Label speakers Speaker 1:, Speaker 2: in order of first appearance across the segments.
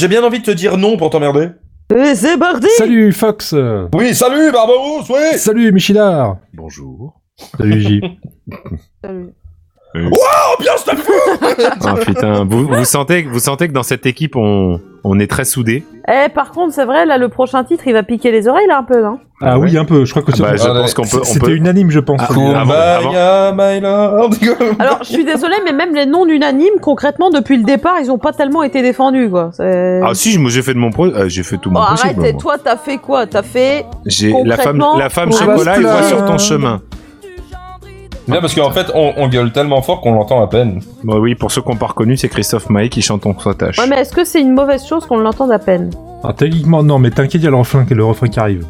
Speaker 1: J'ai bien envie de te dire non pour t'emmerder.
Speaker 2: Et c'est parti
Speaker 3: Salut Fox
Speaker 1: Oui, salut Barbarousse, oui
Speaker 3: Salut Michidar
Speaker 4: Bonjour.
Speaker 3: Salut J.
Speaker 2: Salut.
Speaker 1: Ambiance de fou
Speaker 4: Ah putain, vous, vous, sentez, vous sentez que dans cette équipe, on, on est très soudés.
Speaker 2: Eh, par contre, c'est vrai, là, le prochain titre, il va piquer les oreilles, là, un peu, hein. non
Speaker 3: Ah
Speaker 4: ouais.
Speaker 3: oui, un peu, je crois que
Speaker 4: Ah bah, je
Speaker 3: c'est-
Speaker 4: pense qu'on peut. on
Speaker 3: c'était
Speaker 4: peut-
Speaker 3: unanime, je pense.
Speaker 4: Ah,
Speaker 3: celui-là.
Speaker 4: avant-
Speaker 1: Kumbaya, my lord.
Speaker 2: Alors, je suis désolé, mais même les non unanimes, concrètement, depuis le départ, ils ont pas tellement été défendus, quoi. C'est-
Speaker 4: Ah si, je me- j'ai fait de mon pro... euh, j'ai fait tout
Speaker 2: Oh,
Speaker 4: mon
Speaker 2: arrête,
Speaker 4: possible.
Speaker 2: et
Speaker 4: moi.
Speaker 2: toi, t'as fait quoi T'as fait.
Speaker 4: J'ai la femme,
Speaker 2: concrètement,
Speaker 4: la femme
Speaker 2: on
Speaker 4: chocolat
Speaker 3: reste
Speaker 4: et voit
Speaker 3: là.
Speaker 4: sur ton chemin.
Speaker 1: Bien, parce qu'en fait, on, on gueule tellement fort qu'on l'entend à peine.
Speaker 4: Bah oui, pour ceux qui n'ont pas reconnu, c'est Christophe Maé qui chante On s'attache.
Speaker 2: Ouais, mais est-ce que c'est une mauvaise chose qu'on l'entende à peine
Speaker 3: Ah, techniquement, non, mais t'inquiète, il y a le refrain, le refrain qui arrive.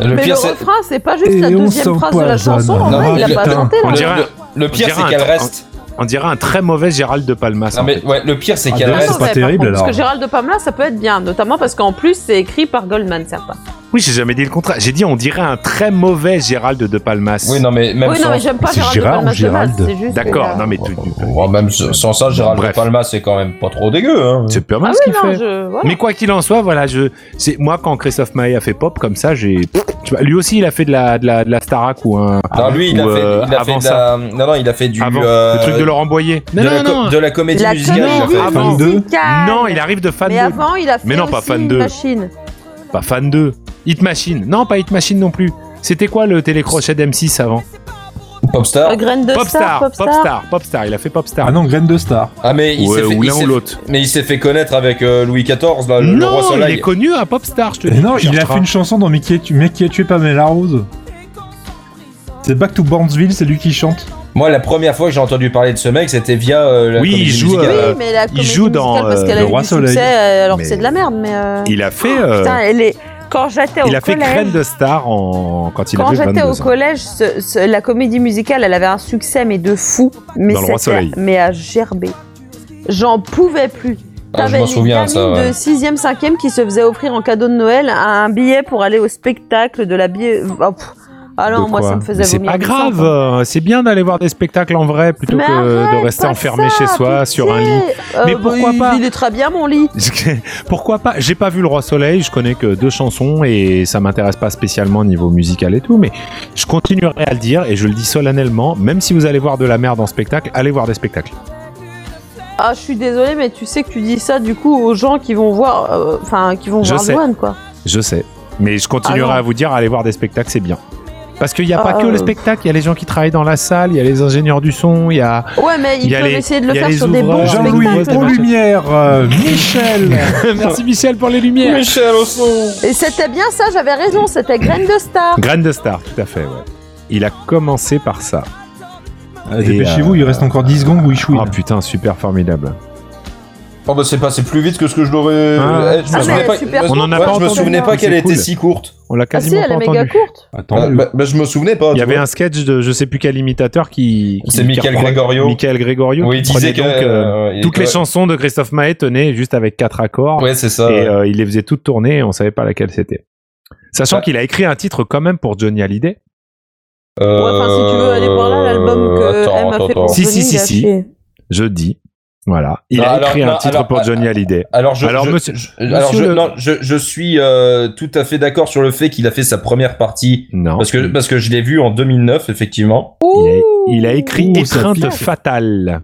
Speaker 1: Et Le
Speaker 2: Mais
Speaker 1: pire,
Speaker 2: le
Speaker 1: c'est...
Speaker 2: refrain, c'est pas juste
Speaker 3: Et
Speaker 2: la
Speaker 3: on
Speaker 2: deuxième
Speaker 3: s'en
Speaker 2: phrase de la
Speaker 3: poisonne.
Speaker 2: chanson, en
Speaker 1: Non,
Speaker 2: vrai, il l'a
Speaker 1: putain.
Speaker 2: pas tenté,
Speaker 4: On
Speaker 2: là.
Speaker 4: dirait, un-
Speaker 1: Le pire,
Speaker 4: dirait
Speaker 1: c'est
Speaker 4: un
Speaker 1: qu'elle
Speaker 4: tra-
Speaker 1: reste.
Speaker 4: on dirait un très mauvais Gérald de Palmas.
Speaker 1: Non,
Speaker 4: en
Speaker 1: mais
Speaker 4: fait.
Speaker 1: ouais, le pire, c'est
Speaker 3: Ah,
Speaker 1: qu'elle
Speaker 3: dommage,
Speaker 1: reste.
Speaker 3: c'est pas
Speaker 2: par
Speaker 3: terrible,
Speaker 2: contre,
Speaker 3: alors.
Speaker 2: Parce que Gérald de Pamela, ça peut être bien, notamment parce qu'en plus, c'est écrit par Goldman, certain.
Speaker 4: Oui, j'ai jamais dit le contraire. J'ai dit on dirait un très mauvais Gérald de Palmas.
Speaker 1: Oui, non, mais même
Speaker 2: Oui, non, mais
Speaker 1: sans...
Speaker 2: j'aime pas
Speaker 3: c'est
Speaker 2: Gérald,
Speaker 3: Gérard ou
Speaker 2: de Palmas de base,
Speaker 3: Gérald
Speaker 2: c'est juste.
Speaker 4: D'accord,
Speaker 2: que-
Speaker 4: non mais tu-
Speaker 1: Oh, même sans ça, Gérald
Speaker 4: Bref.
Speaker 1: de Palma, c'est quand même pas trop dégueu. Hein.
Speaker 4: c'est
Speaker 2: Ah
Speaker 4: pas mal ce
Speaker 2: oui,
Speaker 4: qu'il
Speaker 2: non,
Speaker 4: fait.
Speaker 2: je. voilà.
Speaker 4: Mais quoi qu'il en soit, voilà, je, c'est moi quand Christophe Maé a fait pop comme ça, j'ai, tu vois, lui aussi il a fait de la, de la, de la Starac ou un.
Speaker 1: Non, lui, il a
Speaker 4: ou, euh,
Speaker 1: fait, il a fait
Speaker 4: avant
Speaker 1: de
Speaker 4: ça.
Speaker 1: la... Non, non, il a fait du...
Speaker 4: Avant,
Speaker 1: euh,
Speaker 4: le truc de Laurent Boyer.
Speaker 1: de la co- de la comédie
Speaker 2: La
Speaker 1: musicale. il a
Speaker 2: comédie
Speaker 1: fait.
Speaker 4: Ah,
Speaker 3: Fan 2
Speaker 2: musicale.
Speaker 4: Non, il arrive de fan
Speaker 2: Mais
Speaker 4: 2.
Speaker 2: avant, il a fait
Speaker 4: Mais non, pas
Speaker 2: aussi
Speaker 4: fan
Speaker 2: une
Speaker 4: deux.
Speaker 2: machine.
Speaker 4: Pas fan 2. Hit Machine. Non, pas Hit Machine non plus. C'était quoi le télécrochet d'M6 avant
Speaker 1: Popstar.
Speaker 2: Euh, Graine de
Speaker 4: Popstar,
Speaker 2: star,
Speaker 4: Popstar,
Speaker 2: Popstar.
Speaker 4: Popstar, Il a fait Popstar.
Speaker 3: Ah non, graine de star.
Speaker 1: Ah, mais il
Speaker 4: Ouais,
Speaker 1: s'est fait...
Speaker 4: ou
Speaker 1: il
Speaker 4: l'un
Speaker 1: s'est-
Speaker 4: ou l'autre.
Speaker 1: Mais il s'est fait connaître avec euh, Louis XIV, là, le- le roi
Speaker 4: Non, il
Speaker 1: soleil.
Speaker 4: est connu à Popstar, je te
Speaker 3: Et
Speaker 4: dis.
Speaker 3: non,
Speaker 4: Tu
Speaker 3: il a
Speaker 4: chercheras.
Speaker 3: fait une chanson dans Mais qui a tué, mais qui a tué Pamela Rose C'est Back to Barnesville, c'est lui qui chante.
Speaker 1: Moi, la première fois que j'ai entendu parler de ce mec, c'était via euh, la
Speaker 4: Oui,
Speaker 1: comédie
Speaker 4: il joue,
Speaker 1: musicale.
Speaker 4: euh,
Speaker 2: Oui, mais la comédie
Speaker 4: joue dans,
Speaker 2: musicale, parce
Speaker 4: euh,
Speaker 2: qu'elle a
Speaker 3: Le
Speaker 2: eu
Speaker 3: Roi
Speaker 2: du
Speaker 3: Soleil.
Speaker 2: succès, euh, alors que
Speaker 4: Mais-
Speaker 2: c'est de la merde, mais. euh,
Speaker 4: Il a fait. euh,
Speaker 2: Putain, elle est. Quand j'étais au
Speaker 4: il a fait
Speaker 2: collège.
Speaker 4: Graine de Star en... quand il
Speaker 2: Quand
Speaker 4: avait
Speaker 2: j'étais
Speaker 4: 22
Speaker 2: au
Speaker 4: ans.
Speaker 2: collège, ce- ce- la comédie musicale, elle avait un succès, mais de fou. Mais
Speaker 4: Dans le Roi
Speaker 2: c'était-
Speaker 4: Soleil.
Speaker 2: Mais à gerber. J'en pouvais plus.
Speaker 1: Ah, je
Speaker 2: T'avais
Speaker 1: m'en
Speaker 2: une
Speaker 1: souviens,
Speaker 2: gamine
Speaker 1: ça. ouais.
Speaker 2: de 6e, 5e qui se faisait offrir en cadeau de Noël un billet pour aller au spectacle de la billet. Oh, pff. ah non,
Speaker 4: De
Speaker 2: moi
Speaker 4: quoi
Speaker 2: ça me faisait
Speaker 4: Mais C'est
Speaker 2: vomir.
Speaker 4: pas
Speaker 2: du sang,
Speaker 4: grave,
Speaker 2: quoi.
Speaker 4: euh, c'est bien d'aller voir des spectacles en vrai plutôt
Speaker 2: Mais
Speaker 4: que de
Speaker 2: arrête,
Speaker 4: rester
Speaker 2: pas
Speaker 4: enfermé
Speaker 2: ça,
Speaker 4: chez soi
Speaker 2: Ah, pitié.
Speaker 4: sur un lit.
Speaker 2: Euh,
Speaker 4: Mais
Speaker 2: bah,
Speaker 4: pourquoi
Speaker 2: il-
Speaker 4: pas
Speaker 2: Il est très bien mon lit.
Speaker 4: Pourquoi pas J'ai pas vu Le Roi Soleil, je connais que deux chansons et ça m'intéresse pas spécialement au niveau musical et tout, mais je continuerai à le dire et je le dis solennellement, même si vous allez voir de la merde en spectacle, allez voir des spectacles.
Speaker 2: Ah, je suis désolée, mais tu sais que tu dis ça du coup aux gens qui vont voir, euh, enfin qui vont
Speaker 4: Je
Speaker 2: voir
Speaker 4: sais.
Speaker 2: Joanne quoi.
Speaker 4: Je sais, mais je continuerai
Speaker 2: Ah non.
Speaker 4: à vous dire, allez voir des spectacles, c'est bien. Parce qu'il n'y a pas
Speaker 2: Ah,
Speaker 4: que
Speaker 2: euh.
Speaker 4: le spectacle, il y a les gens qui travaillent dans la salle, il y a les ingénieurs du son, il y a...
Speaker 2: Ouais, mais ils
Speaker 4: Il y a
Speaker 2: peuvent
Speaker 4: les-
Speaker 2: essayer de le
Speaker 4: il y a
Speaker 2: faire
Speaker 4: les
Speaker 2: sur des bons
Speaker 4: ouvrages,
Speaker 3: Jean-Louis,
Speaker 4: Jean-Louis,
Speaker 3: aux
Speaker 2: spectacles.
Speaker 4: Oh, c'est
Speaker 3: lumières, euh, Michel
Speaker 4: Merci Michel pour les lumières
Speaker 1: Michel au son.
Speaker 2: Et c'était bien ça, j'avais raison, c'était Graine de Star. Ah,
Speaker 4: Graine de star, tout à fait, ouais. Il a commencé par ça.
Speaker 3: Euh, Dépêchez-vous, il reste encore 10 secondes où il chouine.
Speaker 4: Oh putain, super formidable.
Speaker 1: Oh, bah, c'est passé plus vite que ce que je l'aurais. Eh, je
Speaker 4: Ah.
Speaker 1: me
Speaker 2: Ah,
Speaker 1: souvenais
Speaker 2: mais
Speaker 1: pas,
Speaker 2: super
Speaker 1: je-
Speaker 4: On en a
Speaker 1: ouais,
Speaker 4: pas
Speaker 1: je me
Speaker 4: entendu
Speaker 1: souvenais
Speaker 4: parler,
Speaker 1: pas
Speaker 4: mais
Speaker 1: qu'elle
Speaker 4: c'est
Speaker 1: était
Speaker 4: cool.
Speaker 1: si courte.
Speaker 4: On l'a
Speaker 2: Ah si,
Speaker 4: quasiment
Speaker 2: elle
Speaker 4: pas
Speaker 2: est
Speaker 4: entendu.
Speaker 2: méga courte.
Speaker 3: Attends,
Speaker 1: Bah, bah, bah, je me souvenais pas.
Speaker 4: Il y
Speaker 1: tu
Speaker 4: avait
Speaker 1: vois.
Speaker 4: un sketch de je sais plus quel imitateur qui. qui-
Speaker 1: C'est
Speaker 4: qui
Speaker 1: Michael
Speaker 4: reprenait-
Speaker 1: Gregorio.
Speaker 4: Michael Gregorio.
Speaker 1: Oui, il
Speaker 4: qui
Speaker 1: disait que.
Speaker 4: prenait donc, euh,
Speaker 1: euh, il-
Speaker 4: toutes les
Speaker 1: ouais.
Speaker 4: chansons de Christophe Maé tenaient juste avec quatre accords
Speaker 1: Ouais, c'est ça.
Speaker 4: et
Speaker 1: ouais.
Speaker 4: euh, il les faisait toutes tourner et on savait pas laquelle c'était. Sachant
Speaker 1: Bah-
Speaker 4: qu'il a écrit un titre quand même pour Johnny Hallyday.
Speaker 2: Ouais, enfin si tu veux aller voir là l'album que
Speaker 1: Euh,
Speaker 2: M a
Speaker 1: attends,
Speaker 2: fait
Speaker 1: attends.
Speaker 2: pour
Speaker 4: Si,
Speaker 2: Johnny,
Speaker 4: si,
Speaker 2: il a
Speaker 4: si, si.
Speaker 2: chié.
Speaker 4: Je dis. Voilà. Il
Speaker 1: Non,
Speaker 4: a
Speaker 1: alors,
Speaker 4: écrit
Speaker 1: non,
Speaker 4: un titre
Speaker 1: alors,
Speaker 4: pour
Speaker 1: euh,
Speaker 4: Johnny Hallyday.
Speaker 1: Alors, je,
Speaker 4: Alors,
Speaker 1: je-
Speaker 4: monsieur-
Speaker 1: je- alors,
Speaker 4: monsieur
Speaker 1: je-
Speaker 4: le-
Speaker 1: non, je, je suis euh, tout à fait d'accord sur le fait qu'il a fait sa première partie
Speaker 4: Non.
Speaker 1: parce que parce que je l'ai vu en 2009 effectivement.
Speaker 4: Il a, il a écrit
Speaker 3: Ouh, ça
Speaker 4: Étreinte
Speaker 3: pique.
Speaker 4: fatale.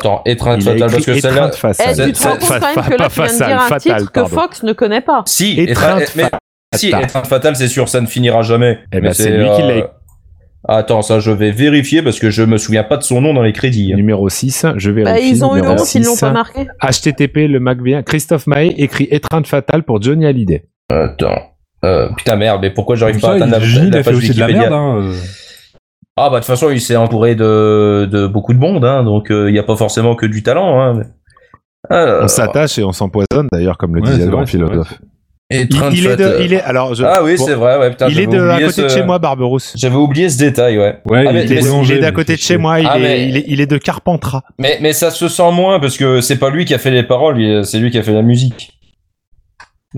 Speaker 1: Attends, étreinte
Speaker 4: Il a
Speaker 1: fatale parce que
Speaker 4: écrit
Speaker 1: celle-là.
Speaker 4: Étreinte
Speaker 2: Eh, tu
Speaker 4: fatale.
Speaker 2: te rends
Speaker 1: ça-
Speaker 2: compte quand même que là, tu viens de dire un titre que
Speaker 4: pardon.
Speaker 2: Fox ne connaît pas.
Speaker 1: Si,
Speaker 4: Étreinte
Speaker 1: mais- Si,
Speaker 4: Fatale.
Speaker 1: étreinte fatale, c'est sûr, ça ne finira jamais.
Speaker 4: Eh ben,
Speaker 1: Mais euh,
Speaker 4: c'est lui qui l'a écrit.
Speaker 1: Attends, ça, je vais vérifier parce que je me souviens pas de son nom dans les crédits.
Speaker 4: Numéro 6, je vais
Speaker 2: Bah, ils ont eu honte, ils l'ont pas marqué.
Speaker 4: HTTP, le Mac bien. Christophe Maé écrit Étreinte fatale pour Johnny Hallyday.
Speaker 1: Attends. Euh, putain merde, mais pourquoi j'arrive
Speaker 3: Comme
Speaker 1: pas à
Speaker 3: ça,
Speaker 1: atteindre la,
Speaker 3: il- Gilles, il
Speaker 1: la
Speaker 3: a fait
Speaker 1: page
Speaker 3: aussi de la
Speaker 1: Wikipédia
Speaker 3: merde. hein, euh.
Speaker 1: Ah bah de toute façon, il s'est entouré de, de beaucoup de monde, hein, donc euh, il n'y a pas forcément que du talent. Hein. Alors,
Speaker 4: On s'attache et on s'empoisonne, d'ailleurs, comme le
Speaker 3: Ouais,
Speaker 4: disait
Speaker 3: c'est
Speaker 4: le grand
Speaker 3: vrai, c'est vrai.
Speaker 4: philosophe. Il,
Speaker 1: étreinte
Speaker 4: il est de-
Speaker 1: fatale.
Speaker 4: il est, alors, je-
Speaker 1: Ah oui,
Speaker 4: pour-
Speaker 1: c'est vrai, ouais, putain,
Speaker 4: Il est
Speaker 1: j'avais
Speaker 4: de, à
Speaker 1: oublié
Speaker 4: côté de
Speaker 1: ce-
Speaker 4: chez moi, Barberousse.
Speaker 1: J'avais oublié ce détail, ouais.
Speaker 3: Ouais,
Speaker 1: Ah, mais
Speaker 4: Il est,
Speaker 1: il est
Speaker 4: il
Speaker 3: boulanger,
Speaker 4: est d'à
Speaker 3: mais
Speaker 4: côté de
Speaker 3: c'est
Speaker 4: chez
Speaker 3: chier.
Speaker 4: moi, il,
Speaker 1: Ah,
Speaker 4: est,
Speaker 1: mais-
Speaker 4: il, est, il est de Carpentras.
Speaker 1: Mais, mais ça se sent moins parce que c'est pas lui qui a fait les paroles, il- c'est lui qui a fait la musique.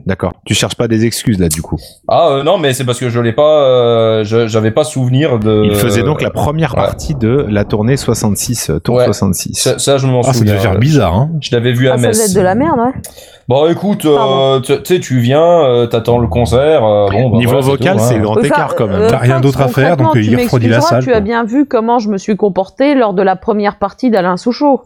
Speaker 4: D'accord. Tu cherches pas des excuses là du coup.
Speaker 1: Ah euh, non, mais c'est parce que je l'ai pas, euh, je- j'avais pas souvenir de.
Speaker 4: Il faisait donc la première
Speaker 1: Euh, ouais.
Speaker 4: partie de la tournée 66, euh, tour
Speaker 1: Ouais.
Speaker 4: 66.
Speaker 1: Ça, ça, je m'en
Speaker 3: Ah, ça
Speaker 1: souviens.
Speaker 3: devait faire bizarre, hein.
Speaker 1: Je l'avais vu à
Speaker 2: Ah, ça
Speaker 1: Metz.
Speaker 2: faisait de la merde, ouais.
Speaker 1: Bon, écoute,
Speaker 2: Pardon.
Speaker 1: euh, tu tu sais, tu viens, euh, t'attends le concert. euh, bon, bah,
Speaker 4: Niveau
Speaker 1: voilà,
Speaker 4: vocal,
Speaker 1: tout,
Speaker 4: c'est
Speaker 1: hein.
Speaker 4: grand
Speaker 2: Enfin,
Speaker 4: écart quand même.
Speaker 3: T'as rien
Speaker 2: Fab,
Speaker 3: d'autre à faire, donc,
Speaker 2: concrètement, tu
Speaker 3: euh, il refroidit la
Speaker 2: m'excuseras,
Speaker 3: salle,
Speaker 2: Tu
Speaker 3: quoi.
Speaker 2: as bien vu comment je me suis comportée lors de la première partie d'Alain Souchon.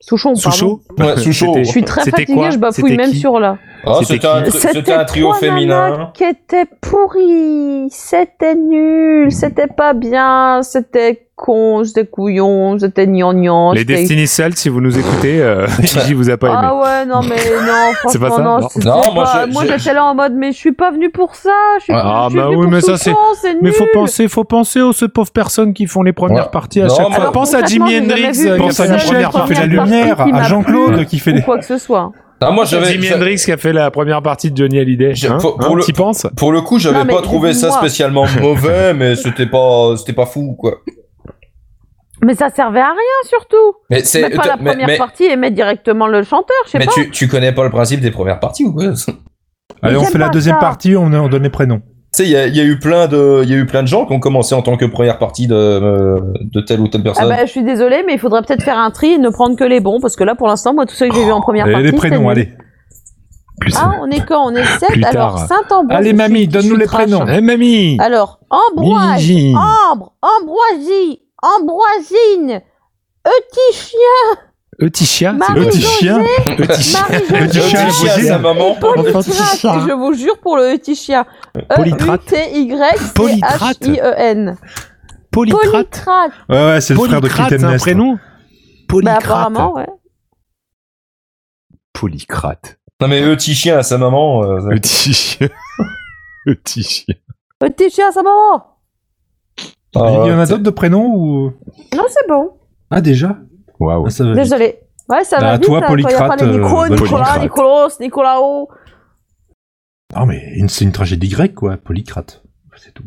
Speaker 2: Souchon, pardon.
Speaker 4: Souchot
Speaker 1: Ouais, Souchot.
Speaker 4: C'était-
Speaker 2: Je suis très
Speaker 4: c'était
Speaker 2: fatiguée,
Speaker 4: quoi
Speaker 2: je
Speaker 4: C'était
Speaker 2: bafouille même
Speaker 4: qui
Speaker 2: sur là.
Speaker 1: Ah,
Speaker 4: C'était
Speaker 1: C'était un,
Speaker 4: qui
Speaker 1: c'était un trio
Speaker 2: trois
Speaker 1: féminin.
Speaker 2: nanas qui était pourri, c'était nul, c'était pas bien, c'était con, c'était couillon, c'était gnangnan.
Speaker 4: Les
Speaker 2: c'était-
Speaker 4: Destiny Sales, si vous nous écoutez, euh, Gigi vous a pas aimé.
Speaker 2: Ah ouais, non mais non, franchement
Speaker 4: C'est pas ça,
Speaker 2: non.
Speaker 4: non.
Speaker 2: c'était
Speaker 1: Non, moi,
Speaker 2: pas-
Speaker 1: je-
Speaker 2: moi
Speaker 1: je-
Speaker 2: j'étais là en mode mais je suis pas venu pour ça, je suis,
Speaker 4: Ah,
Speaker 2: je suis
Speaker 4: bah
Speaker 2: venue
Speaker 4: oui,
Speaker 2: pour
Speaker 4: mais ça,
Speaker 2: Souchon, c'est nul.
Speaker 4: Mais faut penser, faut penser aux ces pauvres personnes qui font les premières
Speaker 1: Ouais.
Speaker 4: parties à
Speaker 1: Non,
Speaker 4: chaque
Speaker 1: mais-
Speaker 4: fois.
Speaker 1: Alors,
Speaker 4: pense à Jimi
Speaker 2: concrètement, j'ai
Speaker 4: Hendrix,
Speaker 2: jamais vu
Speaker 4: qui a
Speaker 2: une
Speaker 3: Pense
Speaker 4: fait
Speaker 3: à
Speaker 2: seule
Speaker 4: la
Speaker 3: Michel
Speaker 4: première
Speaker 2: première
Speaker 3: qui fait la
Speaker 4: partie.
Speaker 2: partie
Speaker 3: lumière,
Speaker 2: qui m'a
Speaker 3: à Jean-Claude
Speaker 2: plu,
Speaker 3: qui fait les.
Speaker 2: ou quoi que ce soit.
Speaker 1: Ah, moi, j'avais.
Speaker 4: Jimi
Speaker 1: ça-
Speaker 4: Hendrix qui a fait la première partie de Johnny Hallyday.
Speaker 1: Je-
Speaker 4: hein,
Speaker 1: pour- pour
Speaker 4: hein,
Speaker 1: le-
Speaker 4: T'y penses
Speaker 1: Pour le coup, j'avais
Speaker 2: Non, mais
Speaker 1: pas trouvé ça
Speaker 2: dis-moi.
Speaker 1: spécialement mauvais, mais c'était pas, c'était pas fou, quoi.
Speaker 2: Mais ça servait à rien surtout.
Speaker 1: Mais c'est,
Speaker 2: Mettre pas la
Speaker 1: mais,
Speaker 2: première
Speaker 1: mais-
Speaker 2: partie et mettre directement le chanteur, je sais
Speaker 1: mais
Speaker 2: pas.
Speaker 1: tu, tu connais pas le principe des premières parties ou quoi
Speaker 3: Allez, on
Speaker 2: j'aime
Speaker 3: fait la
Speaker 2: pas
Speaker 3: deuxième
Speaker 2: ça.
Speaker 3: partie, on, on donne les prénoms.
Speaker 1: Tu sais, il y a, il y a eu plein de, il y a eu plein de gens qui ont commencé en tant que première partie de, euh, de telle ou telle
Speaker 2: Ah
Speaker 1: personne.
Speaker 2: bah, je suis désolée, mais il faudrait peut-être faire un tri et ne prendre que les bons, parce que là, pour l'instant, moi, tous ceux que j'ai vus en première
Speaker 3: Allez,
Speaker 2: partie.
Speaker 3: les
Speaker 2: c'était
Speaker 3: prénoms,
Speaker 2: nul.
Speaker 3: allez.
Speaker 2: Ah, on est quand On est 7
Speaker 4: Plus
Speaker 2: Alors,
Speaker 4: tard.
Speaker 2: Saint-Ambroise.
Speaker 3: Allez,
Speaker 2: je suis-
Speaker 3: mamie,
Speaker 2: je
Speaker 3: donne-nous
Speaker 2: suis
Speaker 3: les
Speaker 2: trash,
Speaker 3: prénoms.
Speaker 2: hein.
Speaker 4: Eh, mamie
Speaker 2: Alors, Ambroise,
Speaker 4: Gigi
Speaker 2: Ambre, Ambroisie, Ambroisine, Eutychien, Oh.
Speaker 4: Eutychia c'est
Speaker 2: Marie-
Speaker 4: quoi
Speaker 3: Petit chien.
Speaker 4: Eutychia
Speaker 2: Marie-Josée,
Speaker 3: Petit
Speaker 1: Petit
Speaker 3: chien,
Speaker 1: chien,
Speaker 3: Brésil.
Speaker 1: sa maman.
Speaker 4: Enfin, Eutychia.
Speaker 2: Polytrate. Je vous jure pour le Eutychien.
Speaker 4: Polytrate. Polytrate.
Speaker 2: E-U-T-Y-C-H-I-E-N.
Speaker 4: Polycrate
Speaker 2: Polytrate.
Speaker 3: Ouais, ouais, c'est le frère de
Speaker 4: Polycrate, c'est un
Speaker 3: Clytemnestre.
Speaker 4: prénom
Speaker 2: Bah,
Speaker 4: Polycrate.
Speaker 2: apparemment, ouais.
Speaker 4: Polycrate.
Speaker 1: Non mais le petit chien à sa maman. euh, ça-
Speaker 4: Eutychia. Eutychia.
Speaker 2: Eutychien, ça maman.
Speaker 3: Il y en
Speaker 1: Ah,
Speaker 3: a d'autres de prénoms ou.
Speaker 2: Non, c'est bon.
Speaker 3: Ah, déjà
Speaker 4: Waouh.
Speaker 3: Ah, ça va vite.
Speaker 2: Désolé. Ouais, ça
Speaker 3: Bah,
Speaker 2: va vite,
Speaker 3: toi,
Speaker 2: hein, quand il n'y a pas
Speaker 3: Polycrate,
Speaker 2: les micros,
Speaker 3: euh,
Speaker 2: Nicolas,
Speaker 4: Polycrate.
Speaker 2: Nicolas, Nicolao.
Speaker 3: Ah, Non, mais une- c'est une tragédie grecque, quoi, Polycrate. C'est tout.